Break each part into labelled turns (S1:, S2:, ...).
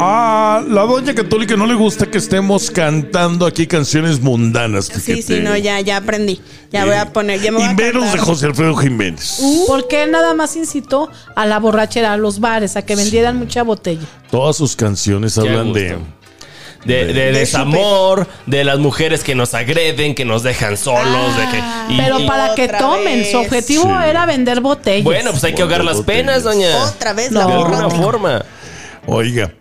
S1: A Ah, la doña católica no le gusta que estemos cantando aquí canciones mundanas.
S2: Sí, sí,
S3: Este,
S2: no, ya, ya aprendí. Ya voy a poner, ya me voy
S1: Y
S2: a
S1: menos de
S2: cantar. Uh.
S1: José Alfredo Jiménez.
S4: Porque él nada más incitó a la borrachera, a los bares, a que vendieran mucha botella.
S1: Todas sus canciones
S3: Qué
S1: hablan de.
S3: gusto. De, de desamor, de las mujeres que nos agreden, que nos dejan solos,
S1: Ah.
S3: de que. y-
S4: Ah, Pero
S3: y-
S4: para que
S2: Otra
S4: tomen, su
S2: vez.
S4: objetivo
S1: Sí.
S4: era vender botellas.
S3: bueno, pues hay que ahogar las penas, doña.
S2: Otra vez
S4: No.
S2: la
S3: De
S4: Oh.
S3: alguna
S2: borra.
S3: forma.
S1: Oiga,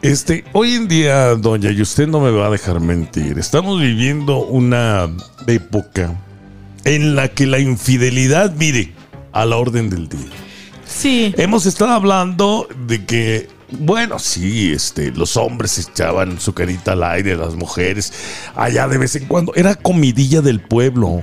S1: este, hoy en día, doña, y usted no me va a dejar mentir, estamos viviendo una época en la que la infidelidad, mire, a la orden del día.
S4: sí.
S1: Hemos estado hablando de que, bueno, sí, este, los hombres echaban su carita al aire, las mujeres, allá de vez en cuando. Era comidilla del pueblo,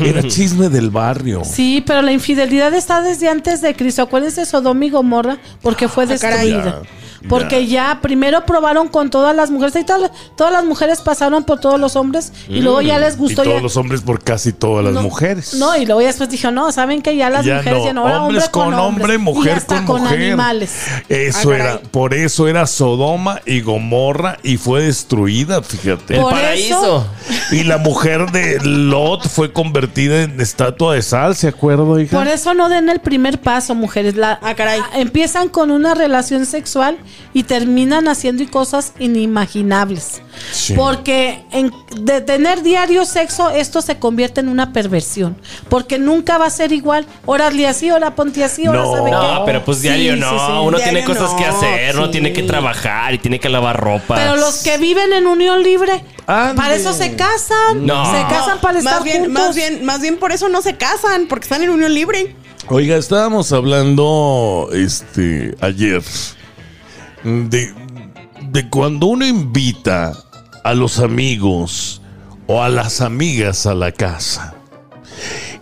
S1: era chisme del barrio.
S4: Sí, pero la infidelidad está desde antes de Cristo. Acuérdense Sodoma y Gomorra, porque fue
S2: caray.
S4: destruida.
S1: Ah, Ya,
S4: Porque ya primero probaron con todas las mujeres. Y todas, todas las mujeres pasaron por todos los hombres. Y luego ya les
S1: Mm, Y
S4: gustó.
S1: todos
S4: ya-
S1: los hombres por casi todas las
S4: no,
S1: mujeres.
S4: No, y luego ya después dijo, no, saben que ya las
S1: Ya
S4: mujeres
S1: no,
S4: ya no ahora
S1: hombres
S4: hombre con,
S1: con hombre,
S4: hombres, y
S1: mujer
S4: hasta
S1: con mujer.
S4: animales.
S1: Eso
S2: Ah,
S1: era,
S2: caray.
S1: por eso era Sodoma y Gomorra y fue destruida, fíjate.
S3: El
S4: Por
S3: paraíso.
S1: Y la mujer de Lot fue convertida en estatua de sal, ¿se acuerda, hija?
S4: Por eso no den el primer paso, mujeres. La,
S2: Ah, caray.
S4: Empiezan con una relación sexual y terminan haciendo cosas inimaginables.
S1: Sí.
S4: Porque en, de tener diario sexo, esto se convierte en una perversión. Porque nunca va a ser igual. Horas le así, hora ponte así, ahora
S1: No.
S4: sabe qué.
S3: No, pero pues diario
S4: Sí,
S3: no.
S4: sí, sí.
S3: Uno
S2: Diario
S3: tiene cosas que
S2: no,
S3: hacer, uno
S2: sí.
S3: tiene que trabajar y tiene que lavar ropa.
S4: Pero los que viven en unión libre,
S1: Ande.
S4: para eso se casan.
S3: No.
S4: Se casan para estar
S2: Más bien,
S4: juntos.
S2: más bien, más bien por eso no se casan, porque están en unión libre.
S1: Oiga, estábamos hablando este ayer de, de cuando uno invita a los amigos o a las amigas a la casa.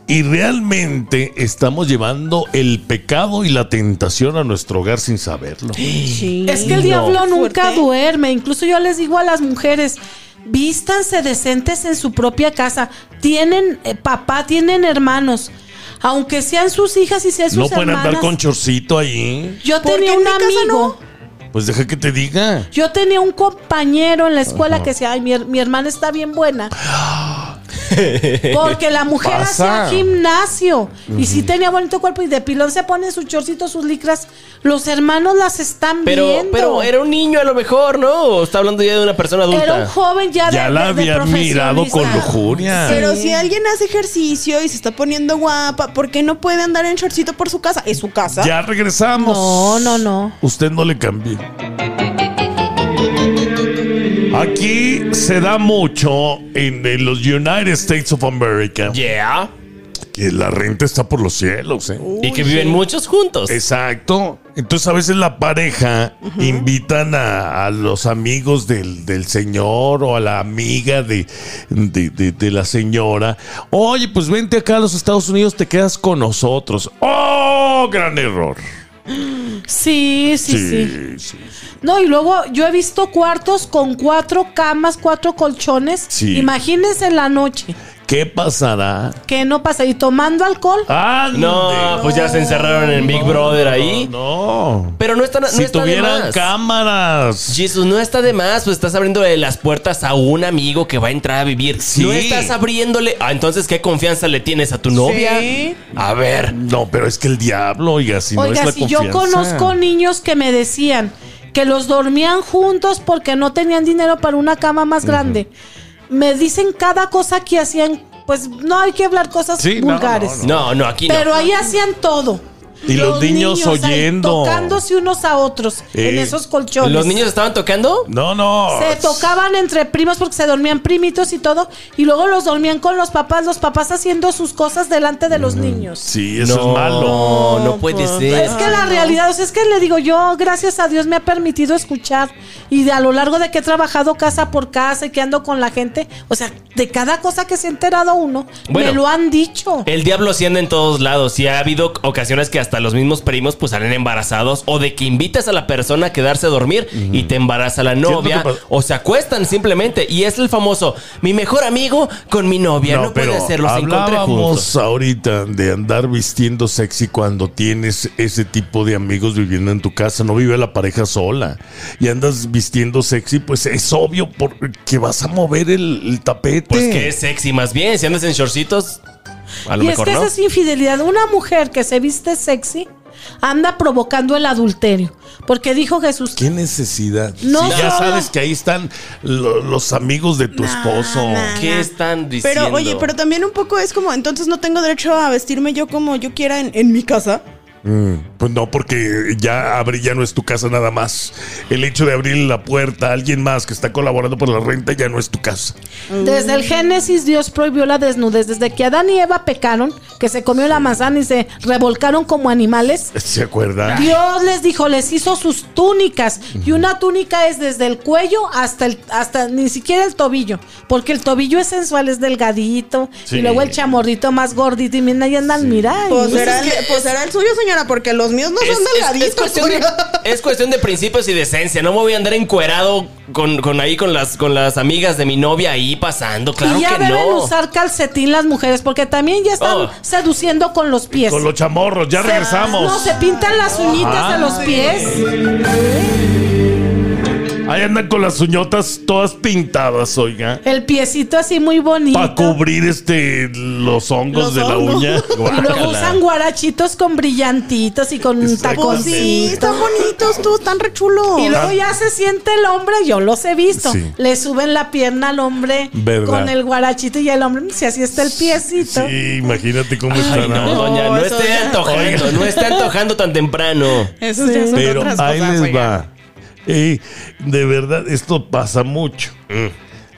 S1: Y realmente estamos llevando el pecado y la tentación a nuestro hogar sin saberlo.
S4: Es que el diablo
S2: Fuerte.
S4: nunca duerme. Incluso yo les digo a las mujeres, vístanse decentes en su propia casa. Tienen eh, papá, tienen hermanos. Aunque sean sus hijas y sean sus
S1: No pueden
S4: hermanas.
S1: andar con chorcito ahí.
S4: Yo
S2: ¿Por
S4: tenía
S2: qué en
S4: un
S2: mi casa
S4: amigo.
S1: Pues deja que te diga.
S4: Yo tenía un compañero en la escuela que decía, ay, mi, her- mi hermana está bien buena. Porque la mujer
S1: Pasa.
S4: hacía gimnasio y sí tenía bonito cuerpo y de pilón se pone sus chorcitos, sus licras. Los hermanos las están
S3: Pero,
S4: viendo.
S3: pero era un niño a lo mejor, ¿no? O está hablando ya de una persona adulta.
S4: Era un joven ya de
S1: Ya la
S4: de- de
S1: había mirado con
S4: profesionista.
S1: lujuria.
S2: Pero si alguien hace ejercicio y se está poniendo guapa, ¿por qué no puede andar en shortcito por su casa? Es su casa.
S1: Ya regresamos.
S4: No, no, no.
S1: Usted no le cambie. Aquí se da mucho en, en los United States of America
S3: Yeah.
S1: que la renta está por los cielos. ¿eh?
S3: Y que viven muchos juntos.
S1: Exacto. Entonces a veces la pareja invitan a, a los amigos del, del señor o a la amiga de, de- de- de la señora. Oye, pues vente acá a los Estados Unidos, te quedas con nosotros. ¡Oh, gran error!
S4: Sí, sí, sí,
S1: sí.
S4: No, y luego yo he visto cuartos con cuatro camas, cuatro colchones.
S1: Sí.
S4: Imagínense en la noche
S1: ¿Qué pasará?
S4: que no pasa. Y tomando alcohol.
S1: Ah,
S3: No, pues ya se encerraron en Big Brother ahí.
S1: No.
S3: Pero no está, no
S1: si
S3: está de
S1: tuvieran
S3: más.
S1: cámaras.
S3: Jesus, no está de más, pues estás abriéndole las puertas a un amigo que va a entrar a vivir.
S1: Sí.
S3: No estás abriéndole. Ah, entonces, ¿qué confianza le tienes a tu novia? A ver.
S1: No, pero es que el diablo, oiga, si no es
S4: Oiga,
S1: la
S4: si
S1: confianza.
S4: yo conozco niños que me decían que los dormían juntos porque no tenían dinero para una cama más grande. Me dicen cada cosa que hacían. Pues no hay que hablar cosas
S1: Sí, no,
S4: vulgares.
S3: No, no, aquí no.
S4: Pero ahí hacían todo.
S1: Y los niños
S4: ahí
S1: oyendo.
S4: tocándose unos a otros en
S1: Eh,
S4: esos colchones.
S3: ¿Los niños estaban tocando?
S1: No, no.
S4: se tocaban entre primos porque se dormían primitos y todo. Y luego los dormían con los papás, los papás haciendo sus cosas delante de los niños.
S1: Sí, eso
S3: no,
S1: es malo.
S3: No, no puede ser.
S4: Es que la realidad, o sea, es que le digo yo, gracias a Dios me ha permitido escuchar y de a lo largo de que he trabajado casa por casa y que ando con la gente, o sea, de cada cosa que se ha enterado uno,
S3: Bueno.
S4: me lo han dicho.
S3: El diablo sí anda en todos lados y ha habido ocasiones que hasta los mismos primos pues salen embarazados o de que invitas a la persona a quedarse a dormir y te embaraza la novia
S1: que pas-
S3: o se acuestan simplemente y es el famoso mi mejor amigo con mi novia no, puede hacerlo se encontré juntos
S1: hablábamos ahorita de andar vistiendo sexy cuando tienes ese tipo de amigos viviendo en tu casa, no vive la pareja sola y andas vistiendo sexy, pues es obvio por- que vas a mover el, el tapete.
S3: pues que es sexy más bien si andas en shortcitos a lo
S4: y
S3: mejor
S4: es que
S3: no
S4: esa es infidelidad. Una mujer que se viste sexy anda provocando el adulterio. Porque dijo Jesús,
S1: ¿Qué necesidad?
S4: No
S1: si ya
S4: solo-
S1: sabes que ahí están lo- los amigos de tu esposo.
S2: nah.
S3: qué están diciendo
S2: Pero oye, pero también un poco es como, entonces no tengo derecho a vestirme yo como yo quiera en, en mi casa.
S1: Mm, Pues no, porque ya abrir ya no es tu casa nada más. El hecho de abrir la puerta a alguien más que está colaborando por la renta ya no es tu casa.
S4: desde el
S2: Mm.
S4: Génesis Dios prohibió la desnudez. Desde que Adán y Eva pecaron, que se comió la manzana y se revolcaron como animales,
S1: ¿Se acuerda?
S4: Dios les dijo, les hizo sus túnicas. Y una túnica es desde el cuello hasta el, hasta ni siquiera el tobillo. Porque el tobillo es sensual, es delgadito.
S1: Sí.
S4: Y luego el chamorrito más gordito. Y miren, ahí andan, mira. y-
S2: Pues,
S4: Pues
S2: era,
S4: es que-
S2: el, pues era el suyo, señora, porque los míos no
S3: es,
S2: son
S3: es-
S2: delgaditos.
S3: es cuestión de, es cuestión de principios y decencia. No me voy a andar encuerado con, con ahí con las con las amigas de mi novia ahí pasando. Claro
S4: y ya
S3: que
S4: deben
S3: no.
S4: usar calcetín las mujeres, porque también ya están
S3: Oh.
S4: seduciendo con los pies.
S1: Con los chamorros, ya regresamos. Oh,
S4: No, se pintan las uñitas de los pies.
S1: Ahí andan con las uñotas todas pintadas, oiga.
S4: El piecito así muy bonito.
S1: Para cubrir este los hongos
S2: Los
S1: de la
S2: hongos.
S1: uña.
S4: Y luego usan guarachitos con brillantitos y con un
S1: Exactamente.
S2: Pues sí,
S4: taconcito.
S2: están bonitos, tú, están re chulos.
S4: Y luego ya se siente el hombre, yo los he visto.
S1: Sí.
S4: Le suben la pierna al hombre
S1: ¿Verdad?
S4: con el guarachito y el hombre, si así está el piecito.
S1: Sí, imagínate cómo
S3: Ay,
S1: están.
S3: no, doña, no
S2: No, eso
S3: esté
S2: ya-
S3: antojando, no esté antojando tan temprano.
S2: Eso ya son
S1: Pero
S2: otras
S1: ahí
S2: cosas,
S1: les
S2: oiga.
S1: va. Eh, de verdad, esto pasa mucho.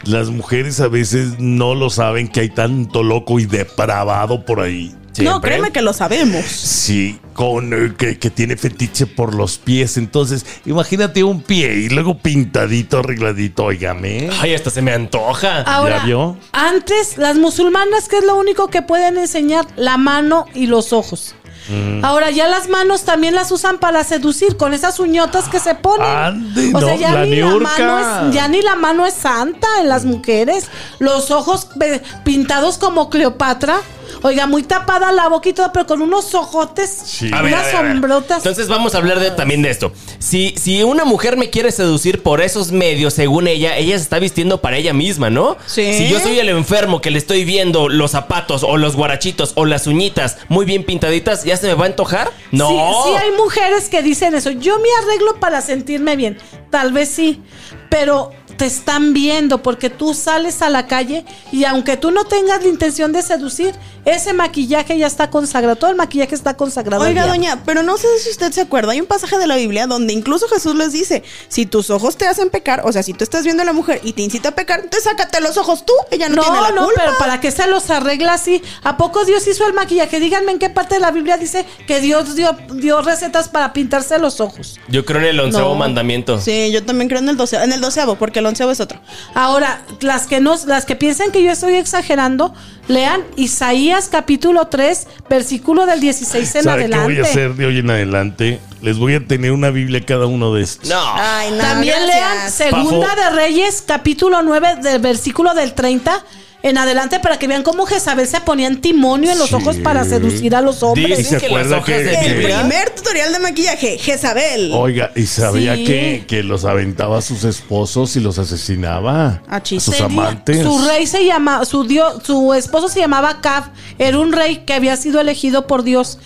S1: Las mujeres a veces no lo saben que hay tanto loco y depravado por ahí.
S2: No, créeme que lo sabemos.
S1: Sí, con eh, que, que tiene fetiche por los pies. Entonces, imagínate un pie y luego pintadito, arregladito, óigame.
S3: Ay, hasta se me antoja.
S4: Ahora,
S1: ¿Ya vio?
S4: antes las musulmanas, que es lo único que pueden enseñar, la mano y los ojos.
S1: Mm.
S4: Ahora ya las manos también las usan para seducir con esas uñotas que se ponen.
S1: Ande,
S4: o sea,
S1: Ah, no,
S4: ya
S1: la
S4: ni
S1: niurca.
S4: la mano es, ya ni la mano es santa en las mujeres. Los ojos pe- pintados como Cleopatra. Oiga, muy tapada la boquita, pero con unos ojotes,
S1: Sí.
S3: A ver, a
S4: unas
S3: ver, a ver.
S4: sombrotas.
S3: Entonces vamos a hablar de- también de esto. Si, si una mujer me quiere seducir por esos medios, según ella, ella se está vistiendo para ella misma, ¿no?
S2: Sí.
S3: Si yo soy el enfermo que le estoy viendo los zapatos o los guarachitos o las uñitas muy bien pintaditas, ¿ya se me va a antojar? No.
S4: Sí, sí hay mujeres que dicen eso. Yo me arreglo para sentirme bien. Tal vez sí, pero te están viendo porque tú sales a la calle y aunque tú no tengas la intención de seducir, ese maquillaje ya está consagrado. Todo el maquillaje está consagrado. al
S2: Oiga,
S4: diablo.
S2: doña, pero no sé si usted se acuerda, hay un pasaje de la Biblia donde incluso Jesús les dice, si tus ojos te hacen pecar, o sea, si tú estás viendo a la mujer y te incita a pecar, te sácate los ojos tú, ella no,
S4: No,
S2: tiene la
S4: no,
S2: culpa.
S4: pero ¿para qué se los arregla así? ¿A poco Dios hizo el maquillaje? Díganme en qué parte de la Biblia dice que Dios dio, dio recetas para pintarse los ojos.
S3: Yo creo en el onceavo
S4: No.
S3: mandamiento.
S2: Sí, yo también creo en el doceavo, en el doceavo, porque el onceavo es otro.
S4: Ahora, las que nos, las que piensan que yo estoy exagerando, lean Isaías capítulo 3, versículo del 16 en
S1: ¿Sabe qué
S4: adelante.
S1: voy a hacer de hoy en adelante? Les voy a tener una Biblia a cada uno de estos.
S3: No.
S2: Ay, no,
S4: También lean
S2: gracias.
S4: Segunda
S1: Pafo.
S4: de Reyes capítulo 9 del versículo del 30 en adelante para que vean cómo Jezabel se ponía antimonio en los
S1: Sí.
S4: ojos para seducir a los hombres.
S1: ¿Y se
S3: Dicen que las
S1: acuerda
S3: hojas
S1: que-
S3: de
S1: que-
S2: El
S3: Biblia-
S2: primer tutorial de maquillaje, Jezabel.
S1: Oiga, y sabía
S4: Sí.
S1: que, que los aventaba a sus esposos y los asesinaba.
S2: A
S1: A,
S2: chiste.
S1: sus amantes.
S4: Su rey se llama, su dios, su esposo se llamaba Caf, era un rey que había sido elegido por Dios.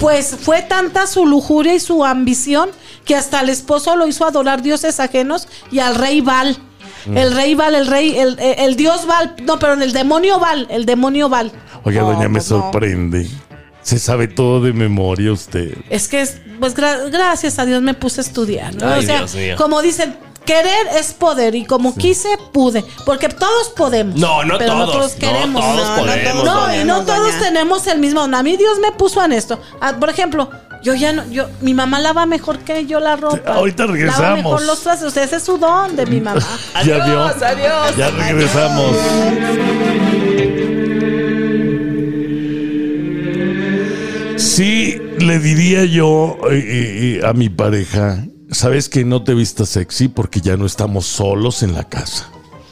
S4: Pues fue tanta su lujuria y su ambición que hasta el esposo lo hizo adorar dioses ajenos y al rey Val.
S3: Mm.
S4: El rey Val, el rey, el, el- el dios Val, no, pero el demonio Val, el demonio Val.
S1: Oiga,
S2: No,
S1: doña, me
S2: pues no.
S1: sorprende. Se sabe todo de memoria usted.
S4: Es que, es- pues gra- gracias a Dios me puse a estudiar. ¿no?
S3: Ay,
S4: o sea,
S3: Dios mío.
S4: como dicen, querer es poder y como quise, pude. Porque todos podemos.
S3: No, no
S4: pero
S3: todos,
S4: Nosotros
S3: no
S4: queremos.
S3: todos
S2: No, no
S3: podemos,
S2: todos
S4: No, y no
S2: podemos,
S4: todos
S2: doña.
S4: tenemos el mismo. don. A mí Dios me puso en esto. Ah, por ejemplo, yo ya no, yo, mi mamá lava mejor que yo la ropa.
S1: Ahorita
S4: Lava
S1: regresamos.
S4: mejor los trastes. O sea, ese es su don de mi mamá.
S1: ya vio. Ya regresamos. Sí, le diría yo eh, eh, eh, a mi pareja, sabes que no te vistas sexy porque ya no estamos solos en la casa.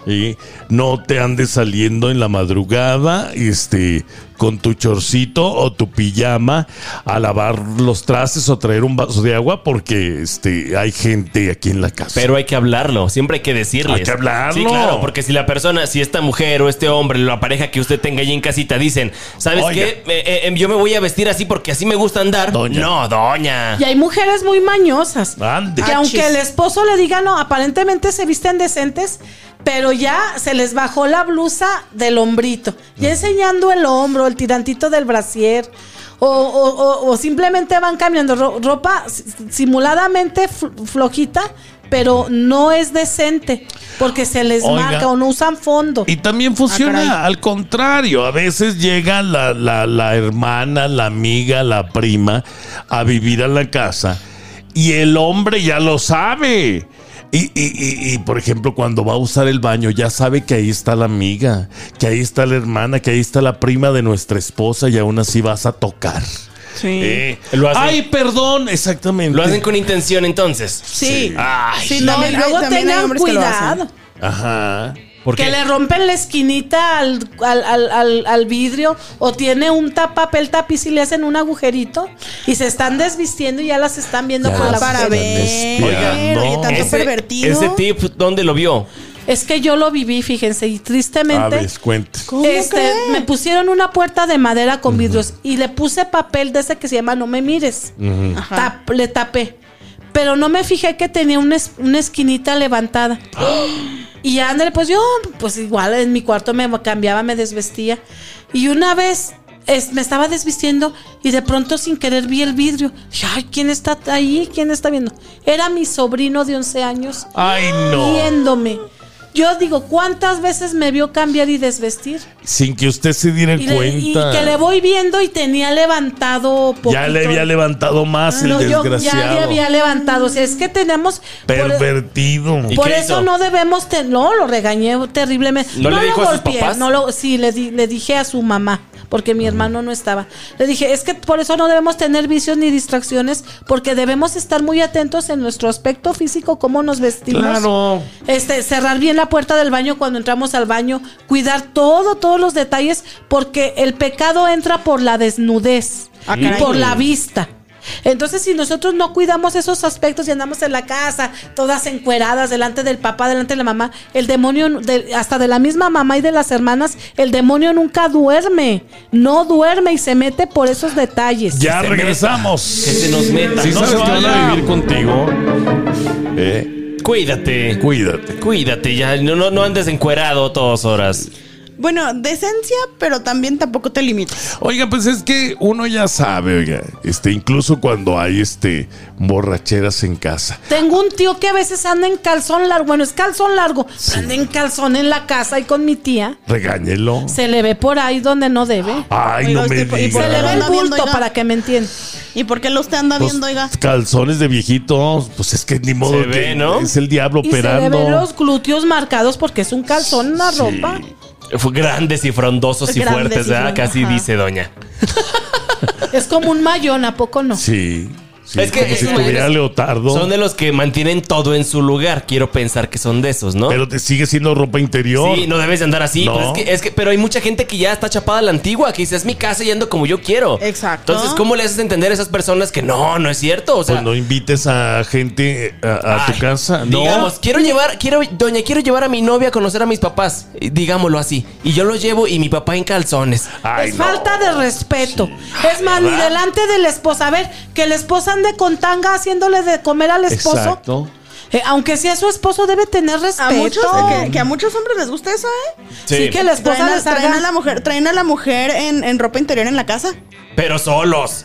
S1: Y no te andes saliendo en la madrugada, este, con tu chorcito o tu pijama a lavar los trastes o traer un vaso de agua porque este hay gente aquí en la casa.
S3: Pero hay que hablarlo, siempre hay que decirles.
S1: Hay que hablarlo.
S3: Sí, claro, porque si la persona, si esta mujer o este hombre, la pareja que usted tenga allí en casita, dicen, ¿sabes
S1: Oiga.
S3: qué? Eh, eh, yo me voy a vestir así porque así me gusta andar.
S1: Doña.
S3: No, doña.
S4: Y hay mujeres muy mañosas.
S1: Ande.
S4: Que aunque
S2: Achis.
S4: el esposo le diga no, aparentemente se visten decentes, pero ya se les bajó la blusa del hombrito. Ya
S1: Mm.
S4: enseñando el hombro, el tirantito del brasier. O, o- o- o simplemente van cambiando ro- ropa si- simuladamente fl- flojita, pero no es decente. Porque se les
S1: Oiga.
S4: marca o no usan fondo.
S1: Y también
S2: Ah,
S1: funciona
S2: caray.
S1: al contrario. A veces llega la, la- la hermana, la amiga, la prima a vivir a la casa y el hombre ya lo sabe. Y, y- y- y, por ejemplo, cuando va a usar el baño, ya sabe que ahí está la amiga, que ahí está la hermana, que ahí está la prima de nuestra esposa y aún así vas a tocar.
S2: Sí.
S1: Eh,
S3: Lo hacen.
S1: Ay, perdón, exactamente.
S3: Lo hacen con intención entonces.
S2: Sí.
S1: Ay,
S2: Sí,
S4: Y no,
S2: también
S4: y
S2: hay-
S4: luego
S2: también hay
S4: tengan
S2: hombres que lo hacen.
S4: cuidado.
S1: Ajá.
S3: Porque
S4: Que le rompen la esquinita al, al, al- al- al vidrio o tiene un tap- papel tapiz y le hacen un agujerito y se están desvistiendo y ya las están viendo
S1: Ya
S4: por
S2: Ah,
S4: la
S1: las
S2: para
S1: están
S4: pared.
S2: ver.
S1: espiando.
S2: Oye, tanto
S1: Ese-
S2: pervertido.
S3: ese tip, ¿dónde lo vio?
S4: Es que yo lo viví, fíjense, y
S1: A
S4: tristemente
S1: ver, cuente.
S2: ¿Cómo
S4: este,
S2: crees?
S4: me pusieron una puerta de madera con vidrios y le puse papel de ese que se llama No me mires.
S2: Ajá.
S4: Tap- le tapé. Pero no me fijé que tenía una, es- una esquinita levantada. Y André, pues yo, pues igual en mi cuarto me cambiaba, me desvestía. Y una vez es- me estaba desvistiendo y de pronto sin querer vi el vidrio. Dije, ay, ¿quién está ahí? ¿Quién está viendo? Era mi sobrino de 11 años
S1: Ay, no.
S4: viéndome. Yo digo, ¿cuántas veces me vio cambiar y desvestir?
S1: Sin que usted se diera
S4: Y, le- y
S1: cuenta.
S4: que le voy viendo y tenía levantado
S1: ya le
S4: poquito.
S1: había levantado más
S4: No,
S1: el
S4: yo ya
S1: desgraciado.
S4: le había levantado. O sea, es que tenemos. por-
S1: Pervertido.
S3: ¿Y
S4: Por,
S3: qué
S4: eso
S3: hizo?
S4: no debemos. te- no, lo regañé terriblemente.
S3: ¿No le
S4: lo
S3: dijo a sus
S4: golpeé,
S3: papás?
S4: No lo, sí, le, di- le dije a su mamá, porque mi hermano no estaba. Le dije, es que por eso no debemos tener vicios ni distracciones, porque debemos estar muy atentos en nuestro aspecto físico, cómo nos vestimos.
S1: Claro.
S4: Este, cerrar bien la puerta del baño cuando entramos al baño, cuidar todo, todos los detalles, porque el pecado entra por la desnudez
S2: Ah,
S4: y
S2: caray.
S4: por la vista. Entonces, si nosotros no cuidamos esos aspectos y andamos en la casa, todas encueradas, delante del papá, delante de la mamá, el demonio, de- hasta de la misma mamá y de las hermanas, el demonio nunca duerme, no duerme y se mete por esos detalles.
S1: Ya
S3: se
S1: regresamos.
S3: Que se nos meta.
S1: Si
S3: No
S1: sabes
S3: se
S1: que van
S3: vaya.
S1: a vivir contigo, eh,
S3: Cuídate.
S1: cuídate.
S3: Cuídate ya, no, no, no andes encuerado todas horas.
S2: Bueno, decencia, pero también tampoco te limites.
S1: Oiga, pues es que uno ya sabe, oiga, este, incluso cuando hay este borracheras en casa.
S4: Tengo un tío que a veces anda en calzón largo, bueno, es calzón largo, anda en calzón en la casa y con mi tía.
S1: Regáñelo.
S4: Se le ve por ahí donde no debe.
S1: Ay,
S2: Oiga,
S1: no me
S2: usted, ¿y por
S4: Se
S2: qué lo
S4: le ve
S1: digas.
S4: el
S2: anda viendo,
S4: bulto
S2: oiga?
S4: para que me entiendan.
S2: ¿Y por qué lo usted anda
S1: Pues,
S2: viendo, oiga?
S1: calzones de viejito, pues es que ni modo que
S3: Se ve, ¿no?
S1: es el diablo
S4: Y se le
S1: operando.
S4: ven los glúteos marcados porque es un calzón, una
S1: Sí.
S4: ropa.
S3: Fue grandes y frondosos y
S2: Grandes
S3: fuertes,
S2: y
S3: ¿verdad?
S2: fron-
S3: Casi
S2: ajá.
S3: dice doña.
S4: Es como un mayón, ¿a poco no?
S1: Sí. sí,
S3: Es que
S1: como si
S3: esos
S1: tuviera
S3: mayores
S1: leotardo.
S3: Son de los que mantienen todo en su lugar. Quiero pensar que son de esos, ¿no?
S1: Pero te sigue siendo ropa interior.
S3: Sí, no debes de andar así.
S1: No.
S3: pues es que, es que- pero hay mucha gente que ya está chapada a la antigua, que dice, es mi casa y ando como yo quiero.
S2: Exacto.
S3: Entonces, ¿cómo le haces entender a esas personas que no, no es cierto? O sea,
S1: Pues no invites a gente a, a
S3: ay,
S1: tu casa. No.
S3: Digamos, quiero llevar, quiero, doña, quiero llevar a mi novia a conocer a mis papás. Y Digámoslo así. Y yo lo llevo y mi papá en calzones.
S1: Ay,
S4: es
S1: no.
S4: falta de respeto. Es más, ni
S1: ¿verdad?
S4: delante de la esposa. A ver, que la esposa ande con tanga haciéndole de comer al esposo.
S1: Exacto.
S4: Eh, aunque sea su esposo, debe tener
S2: A muchos,
S4: respeto.
S2: que, que a muchos hombres les gusta eso, ¿eh?
S4: Sí.
S3: Sí.
S4: que la
S2: Traen
S4: esposa
S2: a,
S4: les
S2: traen a la
S4: haga.
S2: mujer, traen a la mujer en, en ropa interior en la casa.
S3: Pero solos.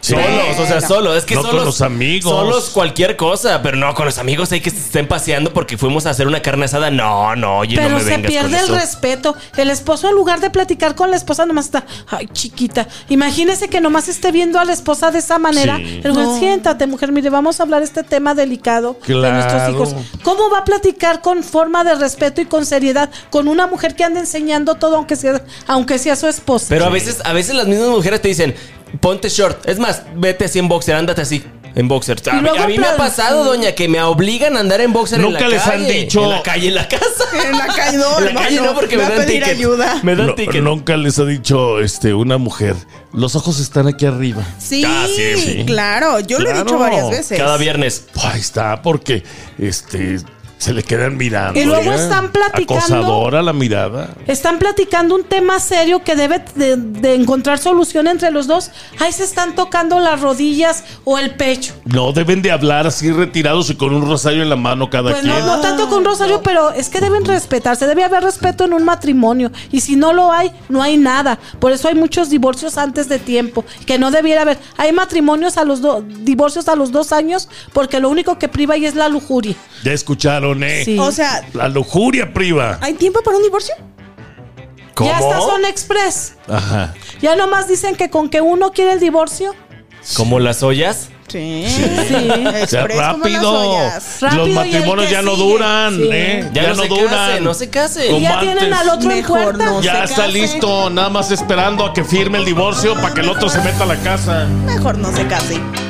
S1: Sí.
S3: Solos, o sea, solos. Es que
S1: No con
S3: solos.
S1: los amigos.
S3: Solos cualquier cosa. Pero no, con los amigos hay que se estén paseando porque fuimos a hacer una carne asada. No, no, oye,
S4: Pero
S3: no me
S4: se
S3: vengas con
S4: pierde el
S3: eso.
S4: respeto. El esposo, en lugar de platicar con la esposa, nomás está, ay, chiquita. Imagínese que nomás esté viendo a la esposa de esa manera.
S1: Sí.
S4: El güey,
S2: No.
S4: siéntate, mujer, mire, vamos a hablar este tema delicado de
S1: Claro.
S4: nuestros hijos. ¿Cómo va a platicar con forma de respeto y con seriedad con una mujer que anda enseñando todo, aunque sea, aunque sea su esposa?
S3: Pero a veces, a veces las mismas mujeres te dicen, ponte short. Es más, vete así en boxer, ándate así. En boxer. A,
S4: Y
S3: mí-
S4: luego
S3: a mí me ha
S4: plan-
S3: pasado, doña, que me obligan a andar en boxer en la
S1: Nunca
S3: calle.
S1: les han dicho-
S3: En la calle, en la casa.
S2: En la calle, no,
S3: en la calle
S2: hermano,
S3: no, porque
S2: voy
S3: me
S2: a
S3: dan
S2: pedir
S3: ticket.
S2: ayuda.
S3: Me dan
S1: No,
S3: ticket.
S1: nunca les ha dicho este, una mujer, los ojos están aquí arriba.
S2: Sí,
S3: Ah, sí, sí.
S2: claro. Yo lo he
S1: Claro.
S2: dicho varias veces.
S3: Cada viernes.
S1: Pues ahí está, porque este, se le quedan mirando.
S4: Y luego
S1: ¿ya?
S4: están platicando.
S1: Acosadora la mirada.
S4: Están platicando un tema serio que debe de, de encontrar solución entre los dos. Ahí se están tocando las rodillas o el pecho.
S1: No deben de hablar así retirados y con un rosario en la mano cada
S4: Pues
S1: quien.
S4: no, no tanto con Rosario, pero es que deben respetarse, debe haber respeto en un matrimonio. Y si no lo hay, no hay nada. Por eso hay muchos divorcios antes de tiempo, que no debiera haber. Hay matrimonios a los dos, divorcios a los dos años, porque lo único que priva ahí es la lujuria.
S1: Ya escucharon, ¿eh?
S4: Sí.
S2: O sea,
S1: La lujuria priva.
S2: ¿hay tiempo para un divorcio?
S4: Ya estas son express.
S1: Ajá.
S4: Ya nomás dicen que con que uno quiere el divorcio,
S3: Como las ollas.
S2: Sí.
S4: Sí.
S1: O sea,
S2: Express como las
S1: rápido.
S2: ollas.
S4: Rápido y
S1: Los
S4: el
S1: matrimonios
S4: que
S1: ya no
S4: sigue.
S1: duran,
S4: Sí.
S1: ¿eh?
S3: Ya, no, se
S1: duran.
S3: case, no se case.
S1: Como
S4: y ya tienen
S1: antes.
S4: al otro en
S2: Mejor
S4: puerta.
S2: no.
S1: Ya
S2: se
S1: está
S2: case.
S1: listo, nada más esperando a que firme el divorcio para que el otro se meta a la casa.
S2: Mejor no se case.